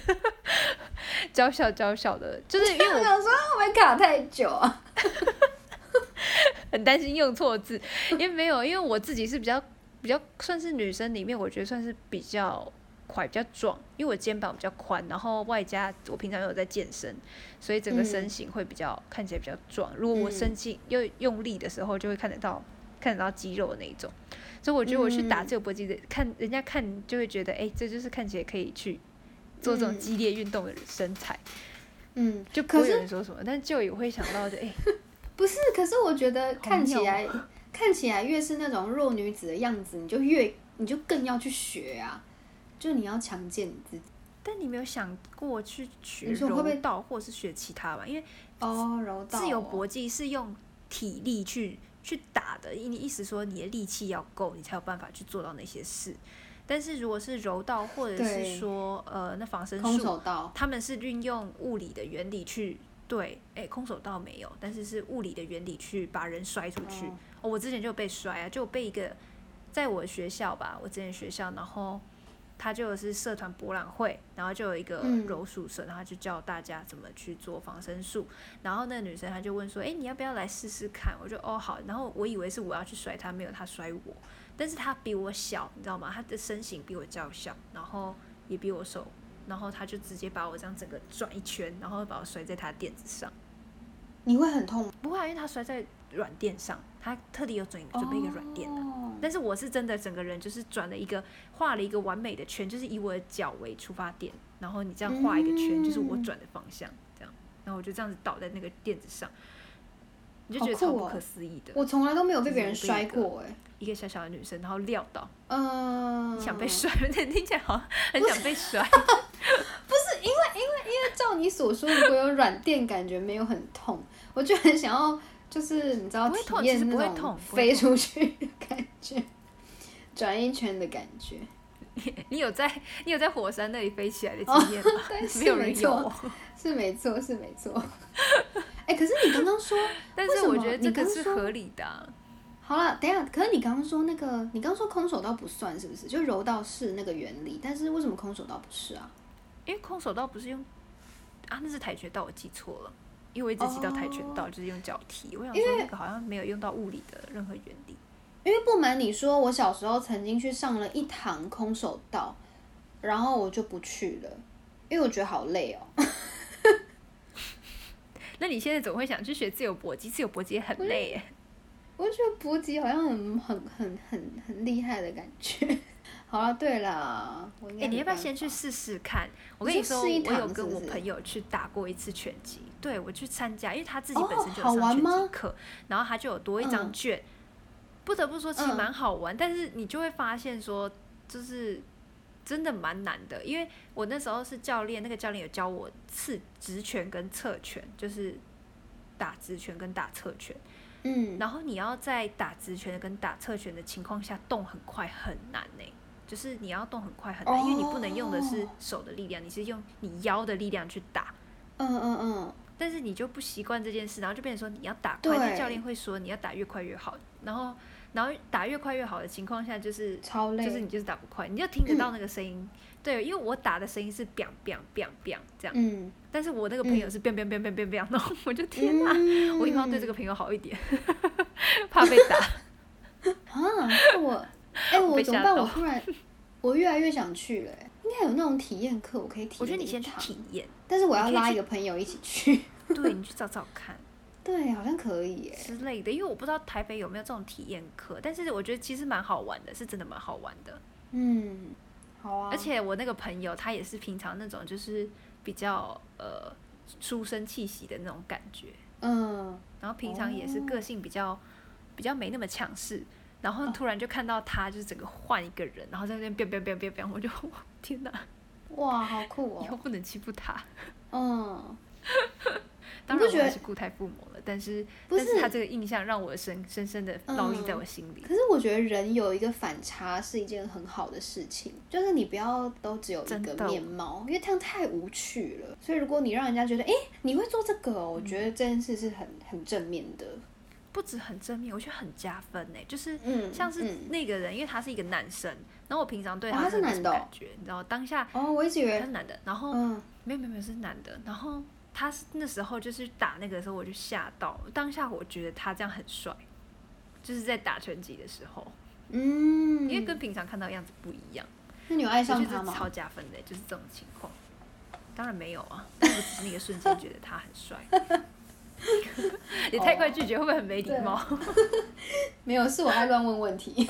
B: 娇小娇小的，就是因为
A: 我
B: 我
A: 想说会不会卡太久啊？
B: 很担心用错 字，因为没有，因为我自己是比较比较算是女生里面，我觉得算是比较块，比较壮，因为我肩膀比较宽，然后外加我平常有在健身，所以整个身
A: 嗯
B: 形会比较、看起来比较壮。如果我生气又用力的时候，就会看得到看得到肌肉的那一种。所以我觉得我去打
A: 嗯
B: 这个搏击的，看人家看就会觉得，哎、这就是看起来可以去做这种
A: 嗯
B: 激烈运动的身材，
A: 嗯，
B: 就不
A: 可
B: 会有
A: 是
B: 人说什么。但就也会想到就，哎、
A: 不是？可是我觉得看起
B: 妙
A: 来看起来越是那种弱女子的样子，你就越你就更要去学啊，就你要强健你自己。
B: 但你没有想过去学
A: 你说会不
B: 柔
A: 会
B: 道或是学其他吧？因为
A: 哦，柔道
B: 自由
A: 哦
B: 搏击是用体力去去打的，你意思说你的力气要够，你才有办法去做到那些事。但是如果是柔道或者是
A: 对
B: 说呃那防身
A: 空
B: 术，
A: 手道，
B: 他们是运用物理的原理去对，哎，空手道没有，但是是物理的原理去把人摔出去。
A: 哦
B: 哦，我之前就被摔啊，就被一个在我学校吧，我之前学校，然后他就是社团博览会，然后就有一个
A: 嗯
B: 柔术社，然后他就教大家怎么去做防身术。然后那个女生她就问说：“哎，你要不要来试试看？”我就哦好，然后我以为是我要去摔她，没有她摔我，但是她比我小，你知道吗？她的身形比我较小，然后也比我瘦。然后她就直接把我这样整个转一圈，然后把我摔在她垫子上。
A: 你会很痛吗，
B: 不会、啊，因为她摔在软垫上，她特地有准准备一个软垫的。
A: 哦
B: 但是我是真的整个人就是转了一个画了一个完美的圈，就是以我的脚为出发点，然后你这样画一个圈，就是我转的方向，这样，然后我就这样子倒在那个垫子上，你就觉得
A: 好酷
B: 超
A: 哦
B: 不可思议的，
A: 我从来都没有被
B: 就是
A: 别
B: 我
A: 人
B: 被一
A: 摔
B: 个
A: 过哎、
B: 一个小小的女生，然后撂倒，
A: 嗯，
B: 想被摔，听起来好像 很想被摔，
A: 照你所说，如果有软垫，感觉没有很痛， 我就很想要，就是你知道
B: 不会
A: 体
B: 痛其实
A: 验
B: 不会
A: 那种
B: 痛不
A: 飞
B: 会
A: 出去的感觉， 转一圈的感觉。
B: 你有在你有在火山那里飞起来的经验吗？
A: 哦对，是
B: 没有
A: 没
B: 人有
A: 错，
B: 哦，
A: 是没错，是没错。 哎、可是你刚刚说，
B: 但
A: 为
B: 是
A: 什
B: 我
A: 么
B: 觉得
A: 你
B: 这个
A: 刚
B: 是
A: 说
B: 合理的啊、
A: 好了，等一下，可是你刚刚说那个，你刚刚说空手道不算是不是？就柔道是那个原理，但是为什么空手道不是啊？
B: 因为空手道不是用啊，那是跆拳道，我记错了，因为我一直记到跆拳道、就是用脚踢，我想说那个好像没有用到物理的任何原理。
A: 因为不瞒你说，我小时候曾经去上了一堂空手道，然后我就不去了，因为我觉得好累哦。
B: 那你现在总会想去学自由搏击，自由搏击也很累耶。
A: 我觉得搏击好像很很很很很厉害的感觉。 好了，对啦，我应
B: 哎、
A: 该、
B: 你要不要先去？试试看？我跟
A: 你
B: 你
A: 说
B: 说，
A: 试一
B: 我有
A: 堂
B: 跟
A: 是
B: 我
A: 不是
B: 朋友去打过一次拳击，对我去参加，因为他自己本
A: 哦
B: 身就
A: 好
B: 有上
A: 玩
B: 拳
A: 吗
B: 击课，然后他就有多一张
A: 嗯
B: 卷。不得不说，其实
A: 嗯
B: 蛮好玩，但是你就会发现说，就是真的蛮难的，因为我那时候是教练，那个教练有教我刺直拳跟侧拳，就是打直拳跟打侧拳。
A: 嗯，
B: 然后你要在打直拳跟打侧拳的情况下动很快很难呢、就是你要动很快很难，因为你不能用的是
A: 哦
B: 手的力量，你是用你腰的力量去打。
A: 嗯嗯嗯，
B: 但是你就不习惯这件事，然后就变成说你要打
A: 对
B: 快，但教练会说你要打越快越好，然后然后打越快越好的情况下就是
A: 超累。
B: 就是你就是打不快，你就听得到那个声音。对，因为我打的声音是 biang biang biang biang 这样，
A: 嗯，
B: 但是我那个朋友是 biang biang biang biang biang biang，然后我就 天哪、
A: 嗯
B: 我以后要对这个朋友好一点， 怕被打。
A: 啊，是 我哎、我
B: 被
A: 怎么
B: 吓
A: 办？
B: 到
A: 我突然 我越来越想去了、哎应该有那种体验课，我可以体验。
B: 我觉得你先去体， 验，
A: 但是我要
B: 你可以
A: 拉
B: 去
A: 一个朋友一起去。
B: 对你去找找看
A: 对，好像可以耶、
B: 之类的，因为我不知道台北有没有这种体验课，但是我觉得其实蛮好玩的，是真的蛮好玩的。
A: 嗯，好啊。
B: 而且我那个朋友他也是平常那种就是比较呃书生气息的那种感觉，
A: 嗯，
B: 然后平常也是
A: 哦
B: 个性比较、比较没那么强势，然后突然就看到他就是整个换一个人，然后在那边变变变变变，我就 天哪，
A: 哇，好酷
B: 以后
A: 哦。
B: 不能欺负他。
A: 嗯，
B: 当
A: 不
B: 然
A: 觉
B: 我
A: 得
B: 还是故态父母了，但是
A: 不
B: 但是他
A: 是
B: 这个印象让我深深深的烙印在
A: 嗯
B: 我心里，
A: 可是我觉得人有一个反差是一件很好的事情，就是你不要都只有一
B: 真
A: 个
B: 的
A: 面貌，因为这样太无趣了。所以如果你让人家觉得，哎、你会做这个哦，我觉得这件事是很很正面的。
B: 不止很正面，我觉得很加分呢、就是。
A: 嗯，
B: 像是
A: 嗯
B: 那个人，因为他是一个男生，然后我平常对
A: 哦他
B: 他
A: 是
B: 真的没
A: 男
B: 什么
A: 的哦
B: 感觉，你知道，当下
A: 哦，我一直以
B: 他
A: 为
B: 是，男的，然后
A: 嗯，
B: 没有没有没有是男的，然后他是那时候就是打那个的时候我就吓到，当下我觉得他这样很帅，就是在打拳击的时候，
A: 嗯，
B: 因为跟平常看到的样子不一样，
A: 那你有嗯爱
B: 我觉
A: 上
B: 得
A: 他
B: 这
A: 吗？
B: 超加分的，就是这种情况。当然没有啊，但我只是那个瞬间觉得他很帅。 也太快拒绝会不会很没礼貌？
A: 没有，是我爱乱问问题。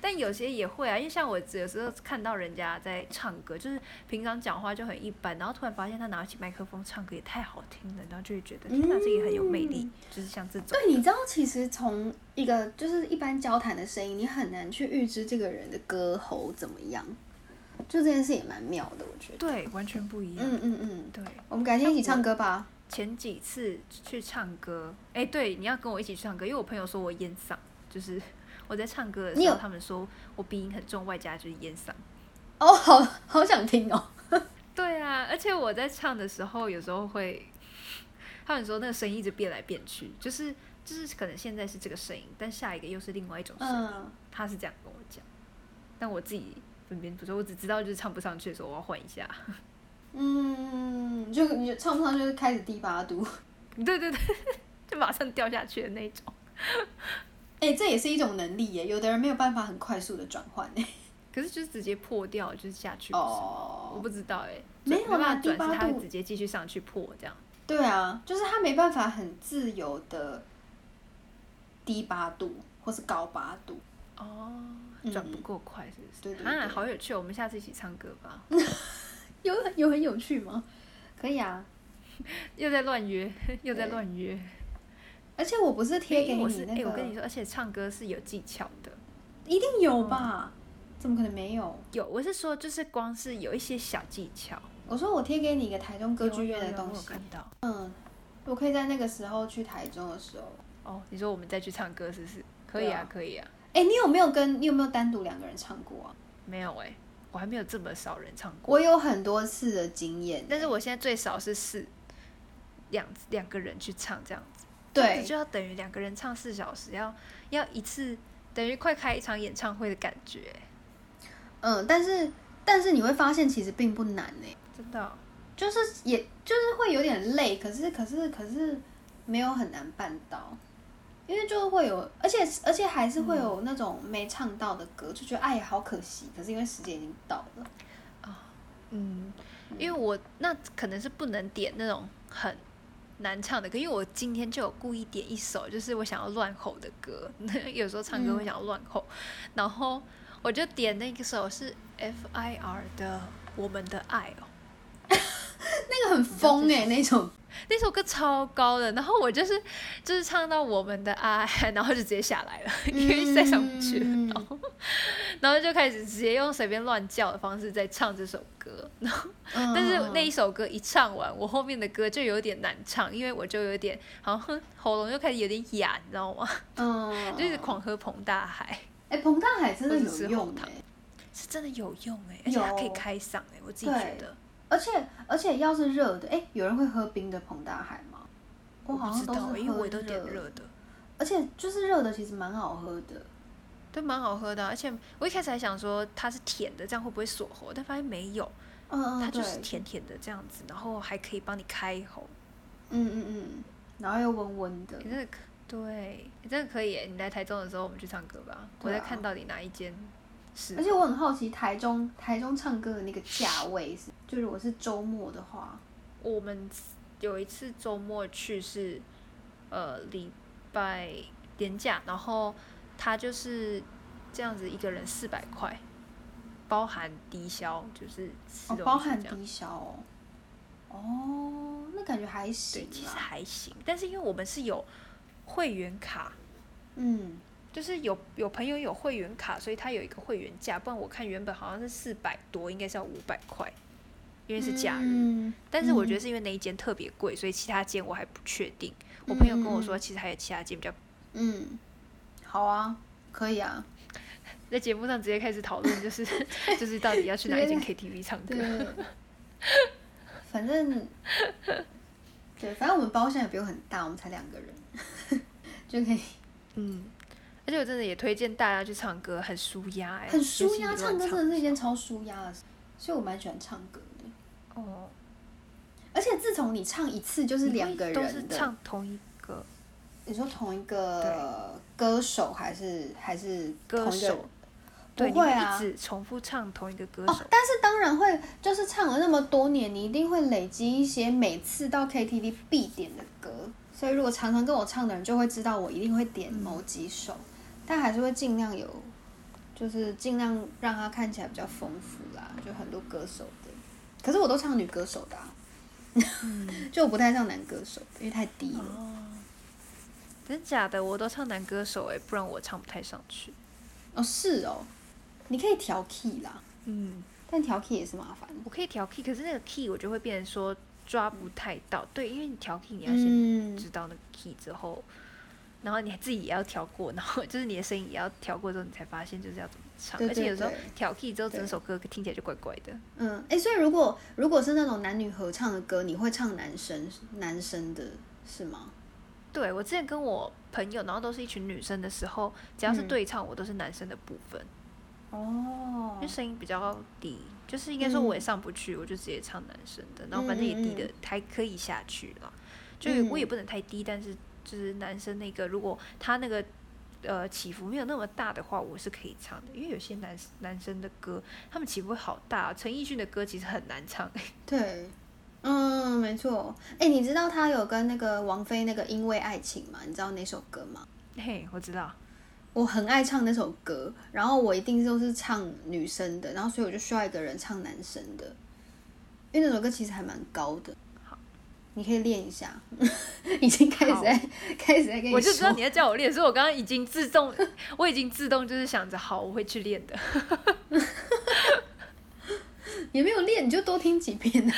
B: 但有些也会啊，因为像我有时候看到人家在唱歌，就是平常讲话就很一般，然后突然发现他拿起麦克风唱歌也太好听了，然后就会觉得天哪，这也很有魅
A: 嗯
B: 力，就是像这种。
A: 对，你知道，其实从一个就是一般交谈的声音，你很难去预知这个人的歌喉怎么样。就这件事也蛮妙的，我觉得。
B: 对，完全不一样。
A: 嗯嗯嗯，
B: 对，
A: 我们改天一起唱歌吧。
B: 前几次去唱歌，哎，对，你要跟我一起去唱歌，因为我朋友说我烟嗓，就是我在唱歌的
A: 你
B: 时
A: 有
B: 候，他们说我鼻音很重，外加就是烟嗓。
A: 哦，好好想听哦。
B: 对啊，而且我在唱的时候，有时候会，他们说那个声音一直变来变去，就是就是可能现在是这个声音，但下一个又是另外一种声音。
A: 嗯，
B: 他是这样跟我讲，但我自己分辨不出，我只知道就是唱不上去的时候我要换一下。
A: 嗯，就你就唱不上，就是开始第八度。
B: 对对对， 就马上掉下去的那种。
A: 哎、这也是一种能力耶。有的人没有办法很快速的转换哎。
B: 可是就是直接破掉，就是下去。我
A: 哦，
B: 不知道哎、
A: 没有啦
B: 办法
A: 第
B: 转
A: 八
B: 是它会
A: 度
B: 直接继续上去破这样。
A: 对啊，就是他没办法很自由的低八度或是高八度。
B: 哦，
A: 嗯
B: 转不够快是不是？
A: 对对对
B: 啊，好有趣哦！我们下次一起唱歌吧，
A: 有有很有趣吗？可以啊，
B: 又在乱约， 又在
A: 对
B: 乱约。
A: 而且我不是贴给
B: 因为
A: 你
B: 我是哎、
A: 那个，
B: 我跟你说，而且唱歌是有技巧的。
A: 一定有
B: 嗯
A: 吧？怎么可能没有？
B: 有，我是说，就是光是有一些小技巧。
A: 我说我贴给你一个台中歌
B: 有
A: 剧院
B: 有
A: 的
B: 有
A: 东
B: 我有
A: 西，
B: 看到。
A: 嗯，我可以在那个时候去台中的时候，
B: 哦，你说我们再去唱歌是不是？可
A: 对
B: 以
A: 啊
B: 啊，可以啊。
A: 哎，你有没有跟你有没有单独两个人唱过啊？
B: 没有哎、我还没有这么少人唱过。
A: 我有很多次的经验，
B: 但是我现在最少是四，两两个人去唱这样子，这
A: 对
B: 就要等于两个人唱四小时，要要一次等于快开一场演唱会的感觉，
A: 嗯，但是但是你会发现其实并不难哎、
B: 真的哦、
A: 就是也就是会有点累，可是可是可是没有很难办到，因为就会有，而且而且还是会有
B: 嗯
A: 那种没唱到的歌，就觉得哎呀好可惜，可是因为时间已经到了，
B: 嗯，因为我那可能是不能点那种很难唱的歌，因为我今天就有故意点一首，就是我想要乱吼的歌。 有时候唱歌会想要乱吼，然后我就点那个首是 F I R 的《我们的爱》哦，
A: 那个很疯哎、那种，
B: 那首歌超高的，然后我就是就是唱到我们的爱， 然后就直接下来了， 因为实在上不去，
A: 嗯
B: 然后然后就开始直接用随便乱叫的方式在唱这首歌，然后
A: 嗯
B: 但是那一首歌一唱完，我后面的歌就有点难唱，因为我就有点好像喉咙又开始有点哑，你知道吗？
A: 嗯
B: 就是狂喝彭大海，
A: 哎、彭大海真的
B: 或者
A: 有
B: 是
A: 用
B: 红
A: 哎、
B: 糖是真的有用哎、而且它可以
A: 有
B: 开嗓哎、我自己觉得。
A: 而且而且要是热的，哎、有人会喝冰的彭大海吗？我好
B: 不
A: 像
B: 知
A: 都是
B: 道，因为
A: 喝
B: 我都点
A: 热
B: 热的，
A: 而且就是热的其实蛮好喝的，
B: 对，蛮好喝的啊。而且我一开始还想说它是甜的，这样会不会锁喉？但发现没有，
A: 嗯嗯，
B: 它就是
A: 对
B: 甜甜的这样子，然后还可以帮你开喉。
A: 嗯嗯嗯，然后又温温的
B: 你，真的可对，你真的可以、欸。你来台中的时候，我们去唱歌吧。我
A: 对
B: 再
A: 啊
B: 看到底哪一间是
A: 而且我很好奇台中台中唱歌的那个价位是，就如果是周末的话，
B: 我们有一次周末去是，呃，礼拜年假，然后他就是这样子一个人四百块，包含低消，就是吃
A: 哦
B: 东西，
A: 包含
B: 这样。
A: 低消哦，哦，那感觉还行
B: 对，其实
A: 啦，
B: 还行，但是因为我们是有会员卡，
A: 嗯，
B: 就是有有朋友有会员卡，所以他有一个会员价，不然我看原本好像是四百多，应该是要五百块，因为是假日。
A: 嗯
B: 但是我觉得
A: 嗯
B: 是因为那一间特别贵，所以其他间我还不确定。我朋友跟我说，
A: 嗯
B: 其实还有其他间比较。
A: 嗯，好啊，可以啊，
B: 在节目上直接开始讨论，就是 就是到底要去哪一间 KTV 唱歌
A: 对。， 反正对，反正我们包厢也不用很大，我们才两个人 就可以，
B: 嗯，而且我真的也推荐大家去唱歌，很舒压哎、
A: 很舒压，
B: 尤其你
A: 唱
B: 乱
A: 歌真的是一
B: 时
A: 件超舒压的事，所以我蛮喜欢唱歌的。
B: 候哦，
A: 而且自从你唱一次就是两个人
B: 都
A: 的，
B: 是唱同一个
A: 你说同一个歌手还是还是
B: 歌
A: 同一个
B: 手，对，
A: 不会
B: 你
A: 啊
B: 一直重复唱同一个歌
A: 哦
B: 手，，
A: 但是当然会，就是唱了那么多年，你一定会累积一些每次到 KTV 必点的歌，所以如果常常跟我唱的人就会知道我一定会点某几首，但还是会尽量有，就是尽量让它看起来比较丰富啦，就很多歌手的，可是我都唱女歌手的、啊， 就我不太唱男歌手，因为太低了。
B: 真假的，我都唱男歌手哎、不然我唱不太上去。
A: 哦，是哦，你可以调 key 啦，
B: 嗯，
A: 但调 key 也是麻烦。
B: 我可以调 key，可是那个 key 我就会变成说抓不太到。对，因为你调 key 你要先
A: 嗯，
B: 知道那个 key 之后，然后你自己也要调过，然后 就是你的声音也要调过之后，你才发现就是要怎么唱。
A: 对
B: 而且有时候
A: 对对
B: 调 key 之后，整
A: 对
B: 首歌听起来就怪怪的。
A: 嗯，哎、所以如果如果是那种男女合唱的歌，你会唱男生男生的是吗？
B: 对我之前跟我朋友，然后都是一群女生的时候，只要是
A: 嗯
B: 对唱，我都是男生的部分，
A: 哦嗯
B: 因为声音比较低，就是应该说我也上不去，我就直接唱男生的，然后反正也低
A: 嗯
B: 的、
A: 嗯
B: 还可以下去了，就我也
A: 嗯
B: 不能太低，但是就是男生那个如果他那个。呃，起伏没有那么大的话，我是可以唱的，因为有些男男生的歌，他们起伏会好大、陈奕迅的歌其实很 难唱，
A: 对，嗯，没错。哎、你知道他有跟那个王菲那个《因为爱情》吗？你知道那首歌吗？
B: 嘿，我知道，
A: 我很爱唱那首歌，然后我一定都是唱女生的，然后所以我就需要一个人唱男生的，因为那首歌其实还蛮高的。
B: 好，
A: 你可以练一下， 已经开始在开始在跟你说，
B: 我就知道你在叫我练，所以我刚刚已经自动，我已经自动就是想着好，我会去练的。
A: 也没有练，你就多听几遍啊。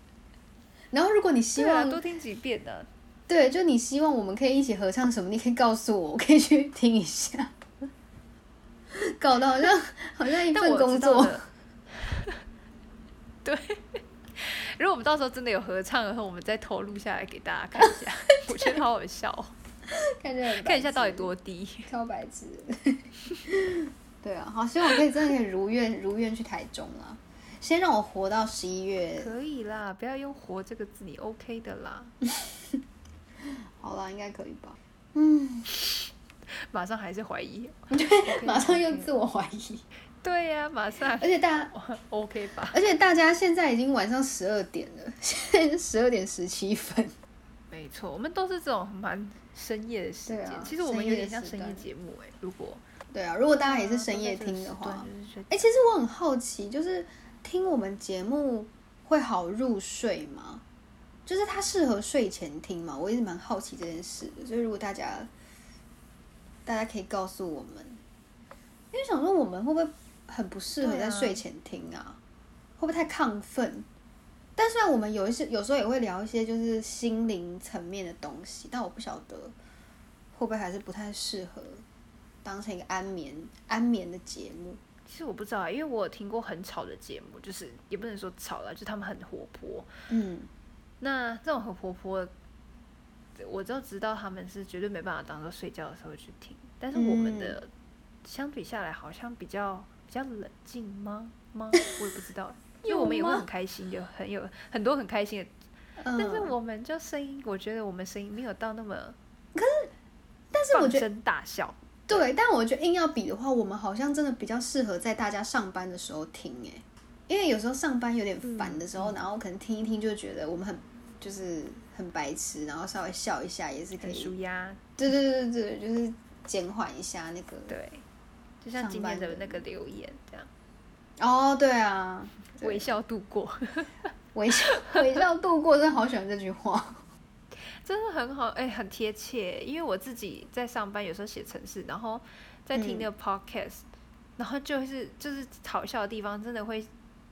A: 然后，如果你希
B: 对啊，
A: 望
B: 多听几遍呢、
A: 对就你希望我们可以一起合唱什么，你可以告诉我，我可以去听一下。搞得好像好像一
B: 但我
A: 份工
B: 知道
A: 作，
B: 的。对，如果我们到时候真的有合唱的话，我们再偷录下来给大家看一 下，我觉得好好笑哦、
A: 看起来很白
B: 看一下到底
A: 痴
B: 多低。
A: 超白痴。对啊，好，希望我可以真的可以如愿如愿去台中啊！先让我活到十一月，
B: 可以啦，不要用“活”这个字，你 OK 的啦。
A: 好啦，应该可以吧？
B: 马上还是怀疑。啊
A: 马上又自我怀疑，
B: 对呀、马上
A: 而且大家
B: OK 吧？
A: 而且大家现在已经晚上十二点了，现在十二点十七分。
B: 没错，我们都是这种蛮深夜的时
A: 对
B: 间。
A: 啊
B: 其实我们有点像
A: 深
B: 深
A: 夜
B: 夜
A: 时段
B: 节目哎、如果
A: 对啊，如果大家也
B: 啊
A: 是深夜听的，
B: 都在
A: 话
B: 这，个时段就是
A: 哎、其实我很好奇，就是听我们节目会好入睡吗？就是它适合睡前听嘛？我一直蛮好奇这件事的，所以如果大家大家可以告诉我们，因为想说我们会不会很不适合
B: 对啊
A: 在睡前听啊？会不会太亢奋？但虽然我们有一些有时候也会聊一些就是心灵层面的东西，但我不晓得会不会还是不太适合当成一个安眠安眠的节目。
B: 其实我不知道啊，因为我有听过很吵的节目，就是也不能说吵啦，就是他们很活泼。
A: 嗯，
B: 那这种很活泼，我就知道他们是绝对没办法当做睡觉的时候去听。但是我
A: 嗯
B: 们的、相比下来，好像比较比较冷静吗？吗？我也不知道欸，因为我们也 会
A: 有吗
B: 很开心，有很有很多很开心的，
A: 嗯
B: 但是我们就声音，我觉得我们声音没有到那么
A: 但是我
B: 放
A: 觉得
B: 声大笑。
A: 对，但我觉得硬要比的话，我们好像真的比较适合在大家上班的时候听诶，因为有时候上班有点烦的时
B: 嗯
A: 候，然后可能听一听就觉得我们很就是很白痴，然后稍微笑一下也是可
B: 很舒
A: 以。
B: 压，
A: 对对对对，对就是减缓一下那个。
B: 对，就像
A: 上
B: 今天
A: 班
B: 的
A: 的
B: 那个留言这样，
A: 哦，对啊，对
B: 微笑度过。
A: 微笑微笑度过，真的好喜欢这句 话。
B: 真的很好，哎、很贴切。因为我自己在上班，有时候写程式，然后在听
A: 嗯
B: 那个 podcast，、然后就是就是好笑的地方，真的会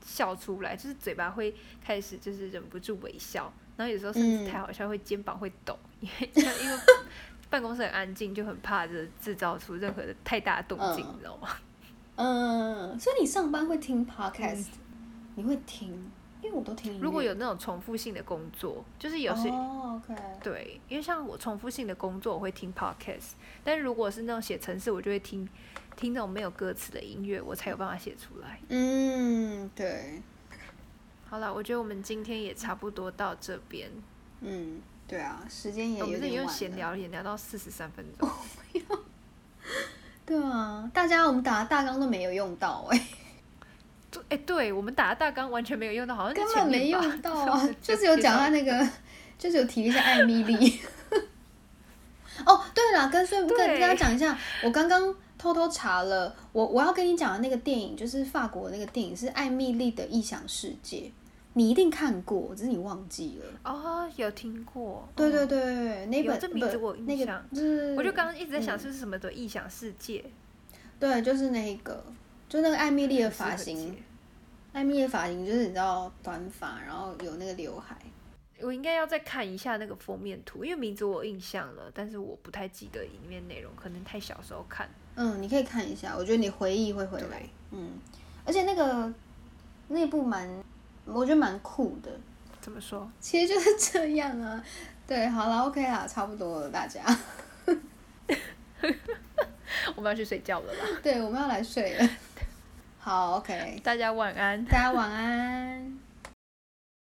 B: 笑出来，就是嘴巴会开始就是忍不住微笑，然后有时候甚至
A: 嗯
B: 太好笑，会肩膀会抖，因为因为办公室很安静，就很怕就是制造出任何的太大的动静，
A: 嗯
B: 你知道吗？
A: 嗯，所以你上班会听 podcast，、你会听？因为我都听音乐。
B: 如果有那种重复性的工作，就是有时、
A: 哦，OK，
B: 对，因为像我重复性的工作，我会听 podcast，但如果是那种写程式，我就会听听那种没有歌词的音乐，我才有办法写出来。
A: 嗯，对。
B: 好了，我觉得我们今天也差不多到这边，
A: 嗯，对啊，时间也有
B: 我们这里
A: 点
B: 又
A: 晚
B: 闲
A: 了。
B: 聊也聊到四十三分钟，
A: 对啊，大家我们打的大纲都没有用到哎、
B: 哦对哎，对我们打的大纲完全没有用到，好像是
A: 根
B: 前
A: 本
B: 面
A: 没
B: 吧
A: 用到
B: 我
A: 啊
B: 们，
A: 就只有讲他那个，就只有提一下艾米丽。 哦，对了，跟顺跟
B: 对
A: 大家讲一下，我刚刚偷偷查了，我我要跟你讲的那个电影就是法国的那个电影是《艾米丽的异想世界》，你一定看过，只是你忘记了。
B: 哦，有听过，
A: 对
B: 嗯
A: 对对对对，那
B: 有
A: 本
B: 这名字
A: 不
B: 我有印
A: 那个
B: 象
A: 就是，
B: 我就刚刚一直在想
A: 嗯
B: 是不是什么的异想世界，
A: 对，就是那个，就那个艾米丽的发
B: 适合
A: 型
B: 接，
A: 艾米丽的发型就是你知道短发，然后有那个刘海。
B: 我应该要再看一下那个封面图，因为名字我有印象了，但是我不太记得里面内容，可能太小时候看。
A: 嗯，你可以看一下，我觉得你回忆会回来
B: 对。
A: 嗯，而且那个那部蛮，我觉得蛮酷的。
B: 怎么说？
A: 其实就是 这样啊。对，好了，OK 啦，差不多了，大家。
B: 我们要去睡觉了啦，
A: 对，我们要来睡了。好，OK，
B: 大家晚安。
A: 大家晚安。